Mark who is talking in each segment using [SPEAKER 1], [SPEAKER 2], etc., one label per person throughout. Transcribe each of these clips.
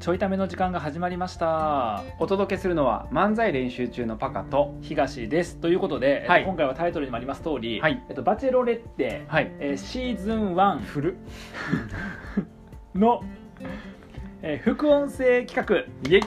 [SPEAKER 1] ちょいための時間が始まりました
[SPEAKER 2] お届けするのは漫才練習中のパカと
[SPEAKER 1] 東ですということで、えっと
[SPEAKER 2] はい
[SPEAKER 1] 今回はタイトルにもあります通り、
[SPEAKER 2] はい
[SPEAKER 1] えっと、バチェロレッテ、
[SPEAKER 2] はい
[SPEAKER 1] えーシーズン1
[SPEAKER 2] 古
[SPEAKER 1] の、えー副音声企
[SPEAKER 2] イエイ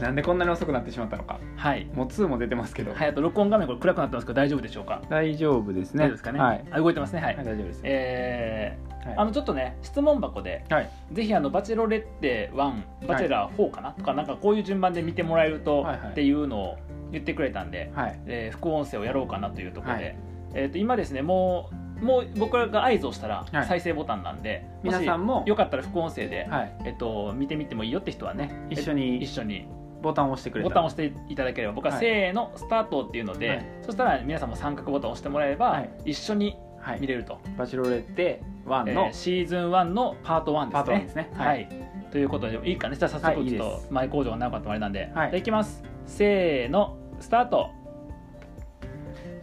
[SPEAKER 2] なんでこんなに遅くなってしまったのか
[SPEAKER 1] 画はい、
[SPEAKER 2] もう2も出てますけど、
[SPEAKER 1] はい、あと録音画面これ暗くなってますけど大丈夫でしょうか、
[SPEAKER 2] 大丈夫です
[SPEAKER 1] 大丈
[SPEAKER 2] ね
[SPEAKER 1] 夫ですかね、
[SPEAKER 2] はい、
[SPEAKER 1] あ動いてますねはい、
[SPEAKER 2] はい大丈夫です、
[SPEAKER 1] え
[SPEAKER 2] は
[SPEAKER 1] ー
[SPEAKER 2] い
[SPEAKER 1] あのちょっとね質問箱で
[SPEAKER 2] はい
[SPEAKER 1] ぜひあのバチェロレッテ1バチェラー4かな、とかなんかこういう順番で見てもらえると、
[SPEAKER 2] はいはい
[SPEAKER 1] っていうのを言ってくれたんで、
[SPEAKER 2] はい
[SPEAKER 1] えー副音声をやろうかなというところで、
[SPEAKER 2] はい
[SPEAKER 1] えー、と今ですねもうもう僕らが合図をしたら
[SPEAKER 2] はい
[SPEAKER 1] 再生ボタンなんで、もし
[SPEAKER 2] 皆さんも
[SPEAKER 1] よかったら副音声で、
[SPEAKER 2] はい、
[SPEAKER 1] えっと見てみてもいいよって人はね
[SPEAKER 2] 一緒
[SPEAKER 1] えっと
[SPEAKER 2] に
[SPEAKER 1] 一緒に
[SPEAKER 2] ボタンを押してくれた
[SPEAKER 1] ボタンを押していただければ僕は
[SPEAKER 2] はい
[SPEAKER 1] せーのスタートっていうので、
[SPEAKER 2] はい
[SPEAKER 1] そしたら皆さんも三角ボタンを押してもらえれば、
[SPEAKER 2] はい
[SPEAKER 1] 一緒に
[SPEAKER 2] はい
[SPEAKER 1] 見れると、
[SPEAKER 2] バチェロレッテ
[SPEAKER 1] え
[SPEAKER 2] 1
[SPEAKER 1] ー
[SPEAKER 2] の
[SPEAKER 1] シーズン1のパート1
[SPEAKER 2] パート1
[SPEAKER 1] で
[SPEAKER 2] ですす
[SPEAKER 1] ね。
[SPEAKER 2] ね
[SPEAKER 1] はい、ということでいいかねじゃあ早
[SPEAKER 2] は
[SPEAKER 1] 速
[SPEAKER 2] いい
[SPEAKER 1] ち
[SPEAKER 2] い
[SPEAKER 1] ょ
[SPEAKER 2] で
[SPEAKER 1] っ
[SPEAKER 2] す
[SPEAKER 1] と前工場が長かったのもあれなんで、
[SPEAKER 2] はい
[SPEAKER 1] じゃあいきますせーのスタート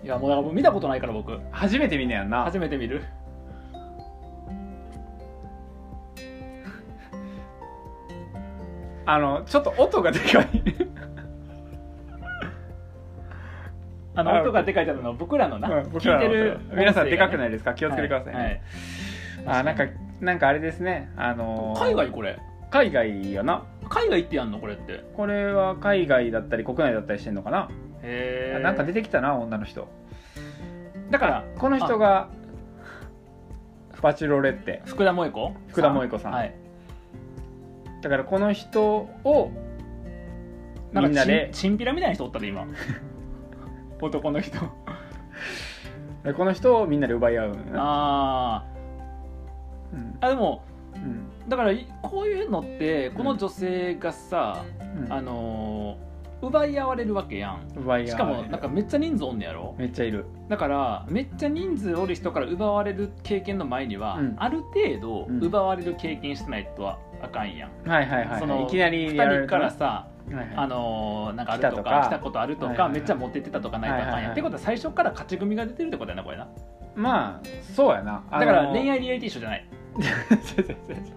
[SPEAKER 1] いやもうだから見たことないから僕
[SPEAKER 2] 初めて見んねやんな
[SPEAKER 1] 初めて見る
[SPEAKER 2] あのちょっと音がでかい
[SPEAKER 1] あの
[SPEAKER 2] あ
[SPEAKER 1] 音がでかいじゃないの僕らのな、
[SPEAKER 2] うん僕
[SPEAKER 1] 聞
[SPEAKER 2] ら
[SPEAKER 1] い
[SPEAKER 2] の
[SPEAKER 1] てる
[SPEAKER 2] 皆さんでかくないいですか気をつけてくださいね、あなんかなんかあれですねあのー
[SPEAKER 1] 海外これ
[SPEAKER 2] 海外やな
[SPEAKER 1] 海外行ってやんのこれって
[SPEAKER 2] これは海外だったり国内だったりしてんのかな、
[SPEAKER 1] へ
[SPEAKER 2] あ
[SPEAKER 1] ー
[SPEAKER 2] なんか出てきたな女の人
[SPEAKER 1] だから
[SPEAKER 2] この人がバチェロレッテ
[SPEAKER 1] 福田萌子
[SPEAKER 2] 福田萌子さん
[SPEAKER 1] はい、
[SPEAKER 2] だからこの人を
[SPEAKER 1] なん
[SPEAKER 2] み
[SPEAKER 1] か
[SPEAKER 2] んなで
[SPEAKER 1] チンチンピラみたいな人おったで 今男の人
[SPEAKER 2] この人をみんなで奪い合うのよな
[SPEAKER 1] あ
[SPEAKER 2] うん
[SPEAKER 1] ーあでも
[SPEAKER 2] うん
[SPEAKER 1] だからいこういうのってこの女性がさ、
[SPEAKER 2] うん
[SPEAKER 1] あのー奪い合われるわけやん
[SPEAKER 2] 奪い合う
[SPEAKER 1] しかもなんかめっちゃ人数おんねやろ
[SPEAKER 2] めっちゃいる
[SPEAKER 1] だからめっちゃ人数おる人から奪われる経験の前には、
[SPEAKER 2] うん
[SPEAKER 1] ある程度
[SPEAKER 2] うん
[SPEAKER 1] 奪われる経験してないとはあかんやん、
[SPEAKER 2] はいはいはい
[SPEAKER 1] その
[SPEAKER 2] いきなりやられ
[SPEAKER 1] 2人
[SPEAKER 2] ると
[SPEAKER 1] から
[SPEAKER 2] ね
[SPEAKER 1] さ、
[SPEAKER 2] はいはい
[SPEAKER 1] あのーなんかあるとか来
[SPEAKER 2] 来たと
[SPEAKER 1] た
[SPEAKER 2] か
[SPEAKER 1] ことあるとか、
[SPEAKER 2] はいはいはい
[SPEAKER 1] めっちゃ持ってってたとかないとあかんやん、
[SPEAKER 2] はいはいはい
[SPEAKER 1] ってことは最初から勝ち組が出てるってことやなこれな
[SPEAKER 2] まあそうやな
[SPEAKER 1] だ
[SPEAKER 2] だ
[SPEAKER 1] から恋 愛リアリティショーじゃない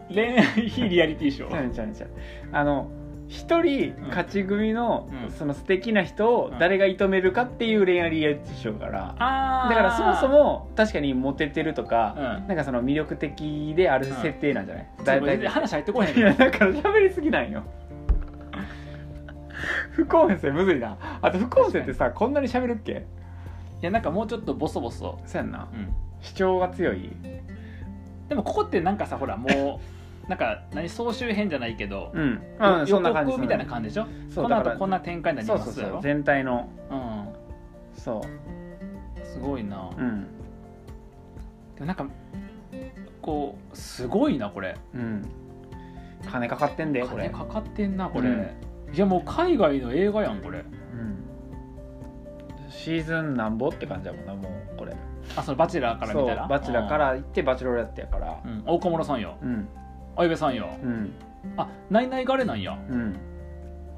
[SPEAKER 1] 恋愛非リアリティショ
[SPEAKER 2] ちゃ
[SPEAKER 1] ー
[SPEAKER 2] うちゃうちゃうあの一人勝ち組の、
[SPEAKER 1] うん
[SPEAKER 2] その素敵な人を誰が射止めるかっていう恋愛リアリティショーから、
[SPEAKER 1] あー
[SPEAKER 2] だからそもそも確かにモテてると
[SPEAKER 1] う
[SPEAKER 2] か、
[SPEAKER 1] ん
[SPEAKER 2] なんかその魅力的である設定なんじゃない、
[SPEAKER 1] ちょ
[SPEAKER 2] だ
[SPEAKER 1] っ
[SPEAKER 2] い
[SPEAKER 1] と
[SPEAKER 2] た
[SPEAKER 1] 全
[SPEAKER 2] い
[SPEAKER 1] 然話入ってこへん
[SPEAKER 2] い
[SPEAKER 1] けど
[SPEAKER 2] やだから喋りすぎないよ不公平性むずいなあと不公平ってさこんなに喋るっけ
[SPEAKER 1] いやなんかもうちょっとボソボソ、
[SPEAKER 2] そうやんな
[SPEAKER 1] うん、
[SPEAKER 2] 主張が強い
[SPEAKER 1] でもここってなんかさほらもうなんか何総集編じゃないけど、
[SPEAKER 2] うん、
[SPEAKER 1] よ
[SPEAKER 2] うん、そんな
[SPEAKER 1] 予
[SPEAKER 2] 感じ
[SPEAKER 1] 告みたいな感じでしょ
[SPEAKER 2] そ
[SPEAKER 1] この
[SPEAKER 2] うだ
[SPEAKER 1] 後
[SPEAKER 2] から
[SPEAKER 1] こんな展開になり
[SPEAKER 2] そう
[SPEAKER 1] ま
[SPEAKER 2] そう
[SPEAKER 1] す
[SPEAKER 2] そ
[SPEAKER 1] や
[SPEAKER 2] う
[SPEAKER 1] ろ
[SPEAKER 2] 全体の
[SPEAKER 1] う
[SPEAKER 2] そ
[SPEAKER 1] んすごいな
[SPEAKER 2] ううん
[SPEAKER 1] でもなんかこうすごいなこれ
[SPEAKER 2] うん金かかってんでこ
[SPEAKER 1] 金
[SPEAKER 2] れ
[SPEAKER 1] かかってんなこれ、
[SPEAKER 2] うん
[SPEAKER 1] いやもう海外の映画やんこれ
[SPEAKER 2] うんシーズンなんぼって感じだもんなもうこれ
[SPEAKER 1] あそのバチェラーから見たら
[SPEAKER 2] そうバチェラーから行ってバチェロレッテやから
[SPEAKER 1] うん、うん大小室さんよ
[SPEAKER 2] うん
[SPEAKER 1] 相部さんよ
[SPEAKER 2] うん
[SPEAKER 1] あナイナイガレなんや
[SPEAKER 2] うん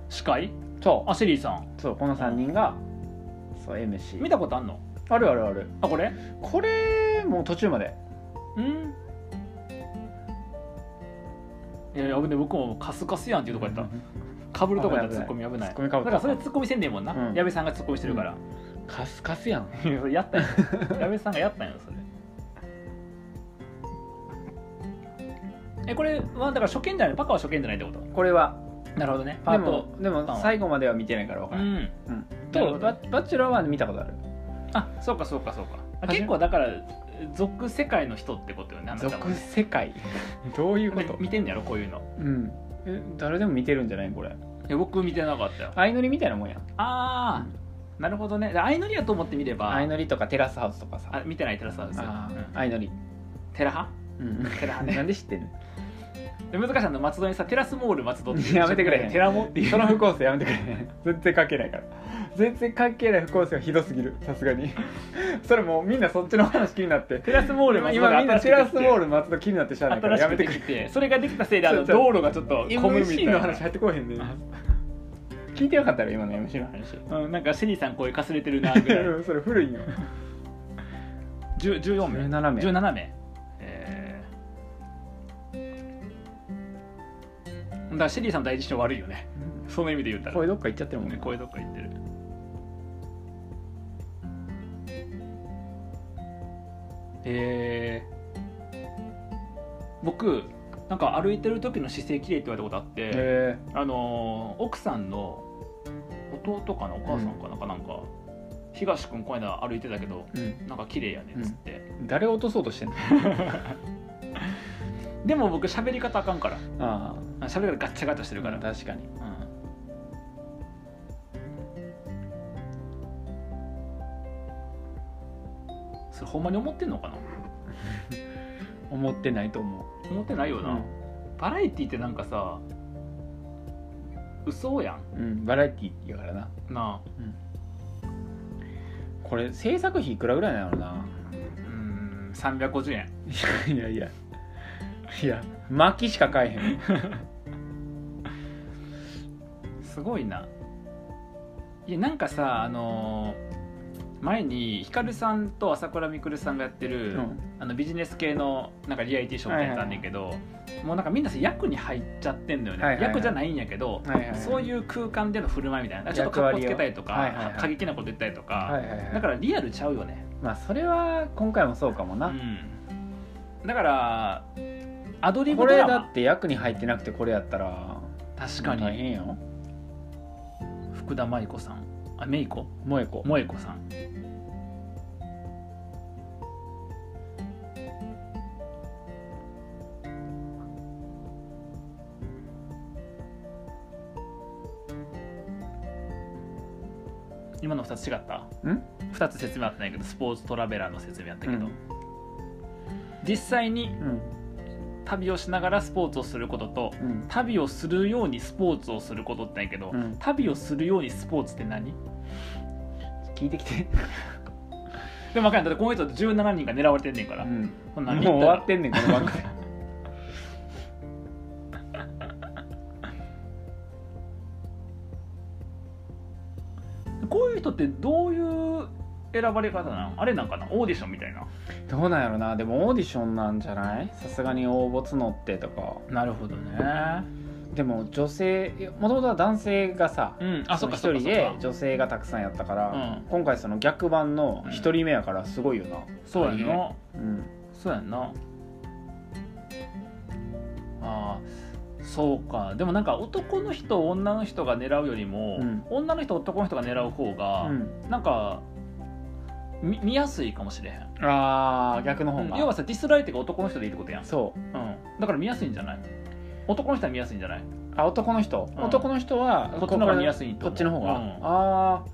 [SPEAKER 1] 司会
[SPEAKER 2] そ
[SPEAKER 1] あシェリーさん
[SPEAKER 2] うそうこの3人がそう MC
[SPEAKER 1] 見たことあんの
[SPEAKER 2] あるあるある
[SPEAKER 1] あこれ
[SPEAKER 2] これもう途中まで
[SPEAKER 1] うんいやいや危ね僕もカスカスやんっていうとこやったかぶるとこやった
[SPEAKER 2] 危
[SPEAKER 1] ツ
[SPEAKER 2] な
[SPEAKER 1] ッ
[SPEAKER 2] い
[SPEAKER 1] コミ危ない
[SPEAKER 2] ツッコミ被った
[SPEAKER 1] だからそれツッコミせんねんもんな、
[SPEAKER 2] うん
[SPEAKER 1] 矢部さんがツッコミしてるから、
[SPEAKER 2] カスカスや
[SPEAKER 1] い
[SPEAKER 2] ん
[SPEAKER 1] やそれやったん や矢部さんがやったんやそれえこれはだから初見じゃないパカは初見じゃないってこ
[SPEAKER 2] これは
[SPEAKER 1] となるほどねパ
[SPEAKER 2] で
[SPEAKER 1] ー
[SPEAKER 2] も
[SPEAKER 1] トパ
[SPEAKER 2] で
[SPEAKER 1] ン
[SPEAKER 2] も
[SPEAKER 1] は
[SPEAKER 2] 最後までは見てないから分
[SPEAKER 1] う
[SPEAKER 2] からな
[SPEAKER 1] ん
[SPEAKER 2] い、うん、
[SPEAKER 1] なるほど
[SPEAKER 2] とババチェラーは見たことある
[SPEAKER 1] あそうかそうかそうかあ
[SPEAKER 2] 初め
[SPEAKER 1] 結構だから俗世界の人ってことよねあなたは
[SPEAKER 2] 俗 世界どういうこと
[SPEAKER 1] 見てんのやろこういうの
[SPEAKER 2] うんえ誰でも見てるんじゃないこれ
[SPEAKER 1] いや僕見てなかったよ
[SPEAKER 2] 相乗りみたいなもんやん
[SPEAKER 1] ああ、なるほどねで相乗りやと思ってみれば
[SPEAKER 2] 相乗りとかテラスハウスとかさ
[SPEAKER 1] あ見てないテラスハウス、
[SPEAKER 2] あ
[SPEAKER 1] う
[SPEAKER 2] ー
[SPEAKER 1] ん
[SPEAKER 2] 相乗り
[SPEAKER 1] テラハ
[SPEAKER 2] うん
[SPEAKER 1] テラハね
[SPEAKER 2] なんで知ってんの
[SPEAKER 1] で難しいの松戸にさテラスモール松戸って
[SPEAKER 2] やめてくれ
[SPEAKER 1] テラモっていう
[SPEAKER 2] その不公正やめてくれ 全然関係ないから全然関係ない不公正はひどすぎるさすがに それもうみんなそっちの話気になって
[SPEAKER 1] テラスモール松戸
[SPEAKER 2] 今みんなテラスモー
[SPEAKER 1] ル
[SPEAKER 2] ル松戸気になってしゃあないから
[SPEAKER 1] 新
[SPEAKER 2] や
[SPEAKER 1] し
[SPEAKER 2] め
[SPEAKER 1] く
[SPEAKER 2] て
[SPEAKER 1] で
[SPEAKER 2] く
[SPEAKER 1] き
[SPEAKER 2] れ
[SPEAKER 1] てそれができたせいであの
[SPEAKER 2] ちょちょ
[SPEAKER 1] 道路がちょっと混むみた
[SPEAKER 2] MC
[SPEAKER 1] い
[SPEAKER 2] の
[SPEAKER 1] な
[SPEAKER 2] 話入ってこへんねん
[SPEAKER 1] あ
[SPEAKER 2] 聞いてよかったら今の MC の話
[SPEAKER 1] うん、なんかシェリーさん声かすれてるなぐ らい
[SPEAKER 2] それ古いよ
[SPEAKER 1] 10 14名
[SPEAKER 2] 17名
[SPEAKER 1] 17名えからシェリーさん第一印象悪いよねその意味で言ったら
[SPEAKER 2] 声どっか行っちゃってるもん
[SPEAKER 1] ね
[SPEAKER 2] ね
[SPEAKER 1] 声どっか行ってるえー、僕なんか歩いてる時の姿勢綺麗って言われたことあって、
[SPEAKER 2] へ
[SPEAKER 1] あのー奥さんの弟かなお母さんかな,、かなんか東君この間歩いてたけど
[SPEAKER 2] え
[SPEAKER 1] なんか綺麗やねっつって、
[SPEAKER 2] 誰を落とそうとしてんの
[SPEAKER 1] でも僕喋り方あかんから
[SPEAKER 2] あ
[SPEAKER 1] あ喋り方ガッチャガチャしてるから、
[SPEAKER 2] あ確かに
[SPEAKER 1] うんそれほんまに思ってんのかな
[SPEAKER 2] 思ってないと思
[SPEAKER 1] 思ってないよ
[SPEAKER 2] う
[SPEAKER 1] な、バラエティってなんかさ嘘や
[SPEAKER 2] うん、うん、バラエティーやからなん
[SPEAKER 1] なあ
[SPEAKER 2] これ制作費いくらぐらいなのな
[SPEAKER 1] うーん350円
[SPEAKER 2] いやいやいや薪しか買えへん
[SPEAKER 1] すごいないやなんかさあのー前にヒカルさんと朝倉未来さんがやってる、
[SPEAKER 2] うん
[SPEAKER 1] あのビジネス系のなんかリアリティショーみたいなやつあんねんけど、もうなんかみんなさ役に入っちゃってんだよね、
[SPEAKER 2] はいはいはい
[SPEAKER 1] 役じゃないんやけど、
[SPEAKER 2] はいはいはい
[SPEAKER 1] そういう空間での振る舞いみたいなちょっとかっこつけたりとか、
[SPEAKER 2] 役割をはいはいはい
[SPEAKER 1] 過激なこと言ったりとか、
[SPEAKER 2] はいはいはい
[SPEAKER 1] だからリアルちゃうよね、
[SPEAKER 2] まあそれは今回もそうかもな、
[SPEAKER 1] うんだからアドリ
[SPEAKER 2] こ
[SPEAKER 1] ブド
[SPEAKER 2] れ
[SPEAKER 1] ラ
[SPEAKER 2] だ
[SPEAKER 1] マ
[SPEAKER 2] って役に入ってなくてこれやったら
[SPEAKER 1] 確か
[SPEAKER 2] 大
[SPEAKER 1] に
[SPEAKER 2] 変よ
[SPEAKER 1] 福田麻衣子さんあメイコ
[SPEAKER 2] 萌子
[SPEAKER 1] 萌子さん今の2つ違った
[SPEAKER 2] ん
[SPEAKER 1] 2つ説明あってないけどスポーツトラベラーの説明あったけど、
[SPEAKER 2] うん
[SPEAKER 1] 実際に
[SPEAKER 2] うん
[SPEAKER 1] 旅をしながらスポーツをすることと
[SPEAKER 2] うん
[SPEAKER 1] 旅をするようにスポーツをすることってないけど、
[SPEAKER 2] うん
[SPEAKER 1] 旅をするようにスポーツって何
[SPEAKER 2] 聞いてきて、
[SPEAKER 1] でも分かんないだってこの人17人が狙われてんねんから、
[SPEAKER 2] うん、
[SPEAKER 1] そんなん
[SPEAKER 2] もう
[SPEAKER 1] 見たら
[SPEAKER 2] 終わってんねんこの番組
[SPEAKER 1] こういう人ってどういう選ばれ方なのあれなんかなオーディションみたいな
[SPEAKER 2] どうなんやろなでもオーディションなんじゃないさすがに応募募ってとか
[SPEAKER 1] なるほどね
[SPEAKER 2] でも女性もともとは男性がさ
[SPEAKER 1] うんあそっか
[SPEAKER 2] 一
[SPEAKER 1] そっ
[SPEAKER 2] 人
[SPEAKER 1] かそっ
[SPEAKER 2] で
[SPEAKER 1] か
[SPEAKER 2] 女性がたくさんやったから、
[SPEAKER 1] うん
[SPEAKER 2] 今回その逆版の
[SPEAKER 1] うん
[SPEAKER 2] 一人目やからすごいよな、
[SPEAKER 1] そうやん
[SPEAKER 2] 大
[SPEAKER 1] な
[SPEAKER 2] 変うん
[SPEAKER 1] そうやんなあーそうかでもなんか男の人を女の人が狙うよりも、
[SPEAKER 2] うん
[SPEAKER 1] 女の人を男の人が狙う方が、
[SPEAKER 2] うん
[SPEAKER 1] なんかみ見やすいかもしれへん
[SPEAKER 2] あー逆の方
[SPEAKER 1] うん
[SPEAKER 2] が、
[SPEAKER 1] 要はさディスられてが男の人でいいってことやん、うん、
[SPEAKER 2] そう
[SPEAKER 1] だから見やすいんじゃない男の人は見やすいんじゃない
[SPEAKER 2] あ男の人、
[SPEAKER 1] うん
[SPEAKER 2] 男の人は
[SPEAKER 1] こっちの方が見やすいと思う
[SPEAKER 2] こっちの方が、
[SPEAKER 1] うん
[SPEAKER 2] ああ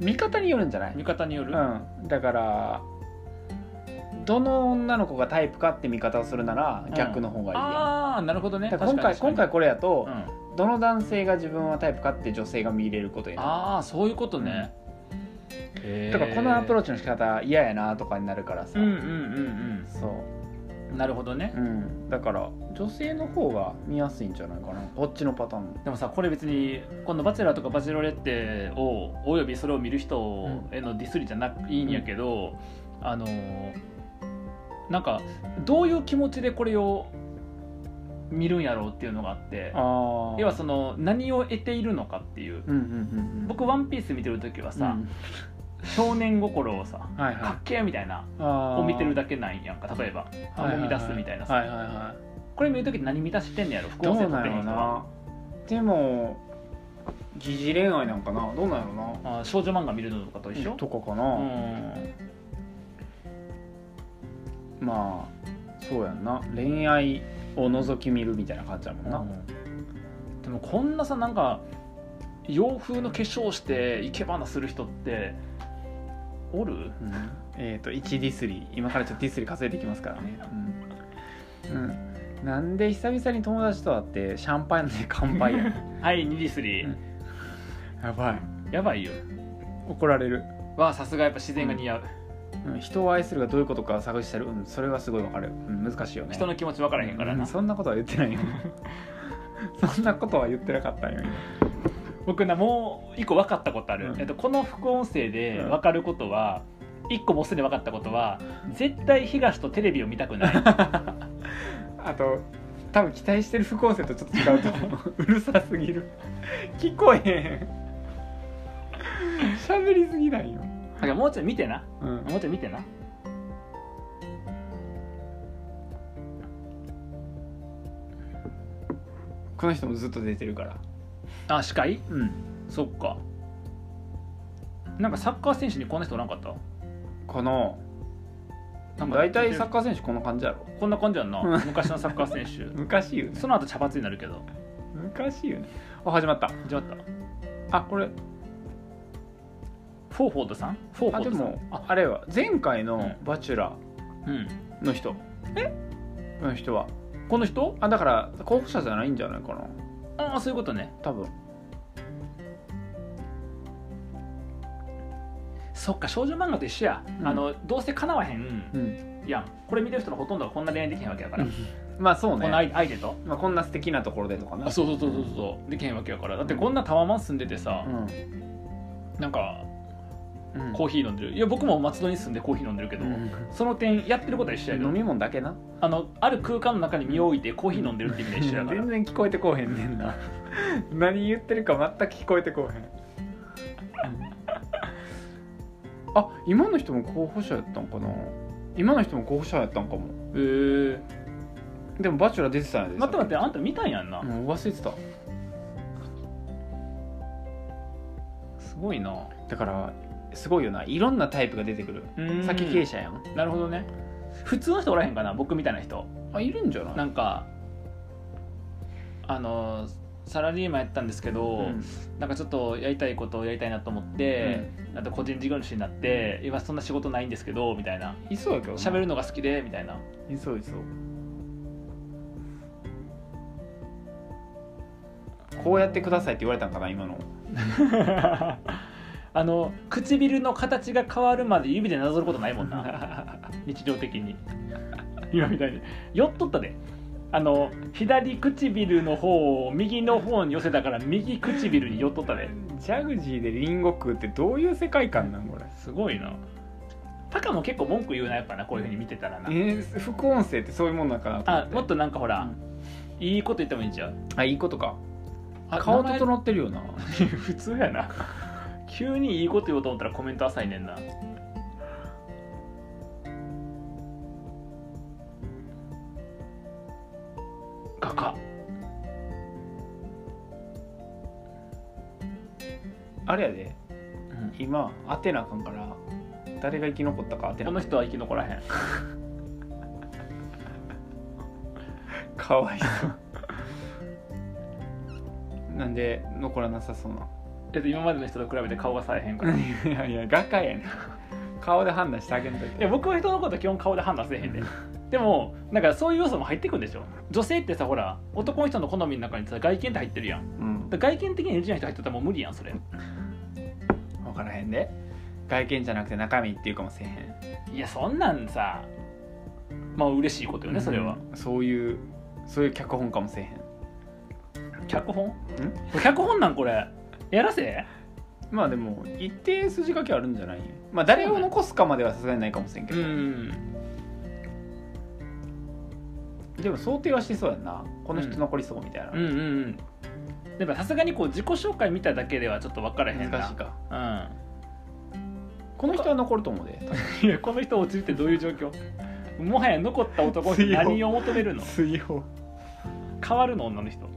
[SPEAKER 2] 見方によるんじゃない
[SPEAKER 1] 見方による、
[SPEAKER 2] うん、だからどの女の子がタイプかって見方をするなら
[SPEAKER 1] ん
[SPEAKER 2] 逆の方がいいやん、
[SPEAKER 1] ああなるほどね
[SPEAKER 2] だから今回
[SPEAKER 1] 確か
[SPEAKER 2] 今
[SPEAKER 1] に
[SPEAKER 2] 回
[SPEAKER 1] 確
[SPEAKER 2] これやと、
[SPEAKER 1] かにうん
[SPEAKER 2] どの男性が自分はタイプかって女性が見れることにな
[SPEAKER 1] ああそういうことね、
[SPEAKER 2] る
[SPEAKER 1] へ
[SPEAKER 2] だからこのアプロー
[SPEAKER 1] チ
[SPEAKER 2] チの仕方嫌やなとかになるからさ、
[SPEAKER 1] うんうんうん
[SPEAKER 2] そ
[SPEAKER 1] うんなるほどね
[SPEAKER 2] う、うん、だから女性の方が見やすいんじゃないかなこっちのパターンも
[SPEAKER 1] でもさこれ別にこの「バチェラー」とか「バチェロレッテを」およびそれを見る人へのディスりじゃないんやけど、あのーなんかどういう気持ちでこれを見るんやろうっていうのがあって
[SPEAKER 2] あ
[SPEAKER 1] 要はその何を得ているのかっていう
[SPEAKER 2] うんうんうんうん
[SPEAKER 1] 僕「ワンピース見てる時はさ、
[SPEAKER 2] うん
[SPEAKER 1] 少年心をさ
[SPEAKER 2] はい
[SPEAKER 1] か
[SPEAKER 2] は
[SPEAKER 1] っけえみたいない
[SPEAKER 2] を
[SPEAKER 1] を見てるだけなんやんか例えば
[SPEAKER 2] はいはい
[SPEAKER 1] 生み出すみたいなさ、
[SPEAKER 2] はいはいは
[SPEAKER 1] これ見る時何満たしてんねやろ
[SPEAKER 2] い
[SPEAKER 1] 副
[SPEAKER 2] どう
[SPEAKER 1] 音声
[SPEAKER 2] なんや
[SPEAKER 1] 撮ってへ
[SPEAKER 2] ろ
[SPEAKER 1] ん人は
[SPEAKER 2] なでも疑似恋愛なんかなどうなんやろな
[SPEAKER 1] あー少女漫画見るのとかと一緒
[SPEAKER 2] とかか
[SPEAKER 1] う
[SPEAKER 2] な、
[SPEAKER 1] ん
[SPEAKER 2] まあそうやんな恋愛を覗き見るみたいな感じだもんな、
[SPEAKER 1] うんでもこんなさなんか洋風の化粧をして生け花する人っておる
[SPEAKER 2] えっ、と1ディスリ今からちょっとディスリ稼いでいきますからねうん、うんなんで久々に友達と会ってシャンパンで乾杯やん
[SPEAKER 1] はい2リスリ
[SPEAKER 2] うんやばい
[SPEAKER 1] やばいよ
[SPEAKER 2] 怒られる、
[SPEAKER 1] わあさすがやっぱ自然が似合う、
[SPEAKER 2] うん、人を愛するがどういうことか探してる、うん、それはすごいわかる、うん、難しいよね
[SPEAKER 1] 人の気持ち分からへんからな、
[SPEAKER 2] うんそんなことは言っ てないよそんなことは言ってなかったんよ
[SPEAKER 1] 僕なもう一個分かったことある、
[SPEAKER 2] うん
[SPEAKER 1] えっと、この副音声で分かることは、一個もうすでに 分かったことは絶対東とテレビを見たくない
[SPEAKER 2] あと多分期待してる副音声とちょっと違うと思 ううるさすぎる聞こえへん喋りすぎないよ、
[SPEAKER 1] だからもうちょい見てな
[SPEAKER 2] うん、
[SPEAKER 1] もうちょい見てな
[SPEAKER 2] この人もずっと出てるから
[SPEAKER 1] あ司会
[SPEAKER 2] うん
[SPEAKER 1] そっかなんかサッカー選手にこんな人おらんかった
[SPEAKER 2] この
[SPEAKER 1] なんか
[SPEAKER 2] 大体サッカー選手こんな感じやろ
[SPEAKER 1] こんな感じやんな
[SPEAKER 2] うん
[SPEAKER 1] 昔のサッカー選
[SPEAKER 2] 昔言う
[SPEAKER 1] 手
[SPEAKER 2] ね
[SPEAKER 1] その後茶髪になるけど
[SPEAKER 2] 昔言うねあ始まった
[SPEAKER 1] 始まった
[SPEAKER 2] あこれ
[SPEAKER 1] フォーフォードさんフォーフ
[SPEAKER 2] あ
[SPEAKER 1] ォ
[SPEAKER 2] で
[SPEAKER 1] ードさん
[SPEAKER 2] もあれは前回の
[SPEAKER 1] う
[SPEAKER 2] 「バチュラ
[SPEAKER 1] うん
[SPEAKER 2] ー」の人えの人は
[SPEAKER 1] この人
[SPEAKER 2] あだから候補者じゃないんじゃないかな
[SPEAKER 1] ああそういうことね
[SPEAKER 2] 多分
[SPEAKER 1] そっか少女漫画と一緒や、
[SPEAKER 2] うん
[SPEAKER 1] あのどうせ叶わへん
[SPEAKER 2] うん
[SPEAKER 1] やんこれ見てる人のほとんどがこんな恋愛できへんわけやから、
[SPEAKER 2] まあそう
[SPEAKER 1] こんな
[SPEAKER 2] ね
[SPEAKER 1] 相相手と
[SPEAKER 2] まあこんな素敵なところでとかな
[SPEAKER 1] あそうそうそうそうそうできへんわけやからだってこんなタワマン住んでてさ
[SPEAKER 2] う、ん
[SPEAKER 1] なんか
[SPEAKER 2] うん
[SPEAKER 1] コーヒー飲んでるいや僕も松戸に住んでコーヒー飲んでるけど、
[SPEAKER 2] うん
[SPEAKER 1] その点やってることは一緒やけど
[SPEAKER 2] 飲み物だけな
[SPEAKER 1] あのある空間の中に身を置いてコーヒー飲んでるって意味で一緒やから
[SPEAKER 2] 全然聞こえてこうへんねんな 何言ってるか全く聞こえてこうへんあ今の人も候補者やったんかな今の人も候補者やったんかも
[SPEAKER 1] えー、
[SPEAKER 2] でもバチュラー出てたんやで
[SPEAKER 1] 待って待ってあんた見たんやんな、
[SPEAKER 2] もう忘れてた
[SPEAKER 1] すごいな
[SPEAKER 2] だからすごいよないろんなタイプが出てくる
[SPEAKER 1] 先
[SPEAKER 2] 先経営者やん
[SPEAKER 1] なるほどね普通の人おらへんかな僕みたいな人
[SPEAKER 2] あいるんじゃない
[SPEAKER 1] なんかあのサラリーマンやったんですけど、
[SPEAKER 2] うん
[SPEAKER 1] なんかちょっとやりたいことをやりたいなと思って、あと個人事業主になって今そんな仕事ないんですけどみたいない
[SPEAKER 2] そうやけどな
[SPEAKER 1] 喋るのが好きでみたい ない
[SPEAKER 2] そういそうこうやってくださいって言われたんかな今の
[SPEAKER 1] あの唇の形が変わるまで指でなぞることないもん な日常的に今みたいに寄っとったであの左唇の方を右の方に寄せたから右唇に寄っとったで
[SPEAKER 2] ジャグジーでリンゴ食うってどういう世界観なんこれ
[SPEAKER 1] すごいなタカも結構文句言うなやっぱなこういうふうに見てたらな
[SPEAKER 2] えー、副音声ってそういうもんなんかなと思
[SPEAKER 1] あ
[SPEAKER 2] って
[SPEAKER 1] もっとなんかほら、
[SPEAKER 2] うん
[SPEAKER 1] いいこと言ってもいいんちゃう
[SPEAKER 2] あいいことか
[SPEAKER 1] あ
[SPEAKER 2] 顔
[SPEAKER 1] 名前
[SPEAKER 2] 整ってるよな
[SPEAKER 1] 普通やな急にいいこと言おうと思ったらコメント浅いねんな画家
[SPEAKER 2] あれやで今当てなあかんから誰が生き残ったか当てな
[SPEAKER 1] こ
[SPEAKER 2] あ
[SPEAKER 1] の
[SPEAKER 2] かん
[SPEAKER 1] 人は生き残らへん
[SPEAKER 2] かわいそうなんで残らなさそうな
[SPEAKER 1] えっと今までの人と比べて顔がさえへんからい
[SPEAKER 2] いやいや画家やね顔で判断してあげんといて
[SPEAKER 1] や僕は人のこと基本顔で判断せえへんででもなんかそういう要素も入ってくんでしょ女性ってさほら男の人の好みの中にさ外見って入ってるやん
[SPEAKER 2] うん
[SPEAKER 1] だから外見的に NG な人入ってたらもう無理やんそれ
[SPEAKER 2] 分からへんで外見じゃなくて中身っていうかもせえへん
[SPEAKER 1] いやそんなんさまあ嬉しいことよねそれは、
[SPEAKER 2] うんそういうそういう脚本かもせえへん
[SPEAKER 1] 脚本これ脚本なんこれやらせ
[SPEAKER 2] まあでも一定筋書きあるんじゃないまあ誰を残すかまではさすがにないかもしれんけど、
[SPEAKER 1] ん
[SPEAKER 2] でも想定はしてそうやんなこの人残りそうみたいな、
[SPEAKER 1] うんうんうんでもさすがにこう自己紹介見ただけではちょっと分からへんな
[SPEAKER 2] 難しいかこ
[SPEAKER 1] の
[SPEAKER 2] の
[SPEAKER 1] 人
[SPEAKER 2] 人は残ると思うで
[SPEAKER 1] うんいやこの人落ちるってどういう状況もはや残った男の人
[SPEAKER 2] 強い
[SPEAKER 1] 何を求めるの
[SPEAKER 2] 水曜
[SPEAKER 1] 変わるの女の人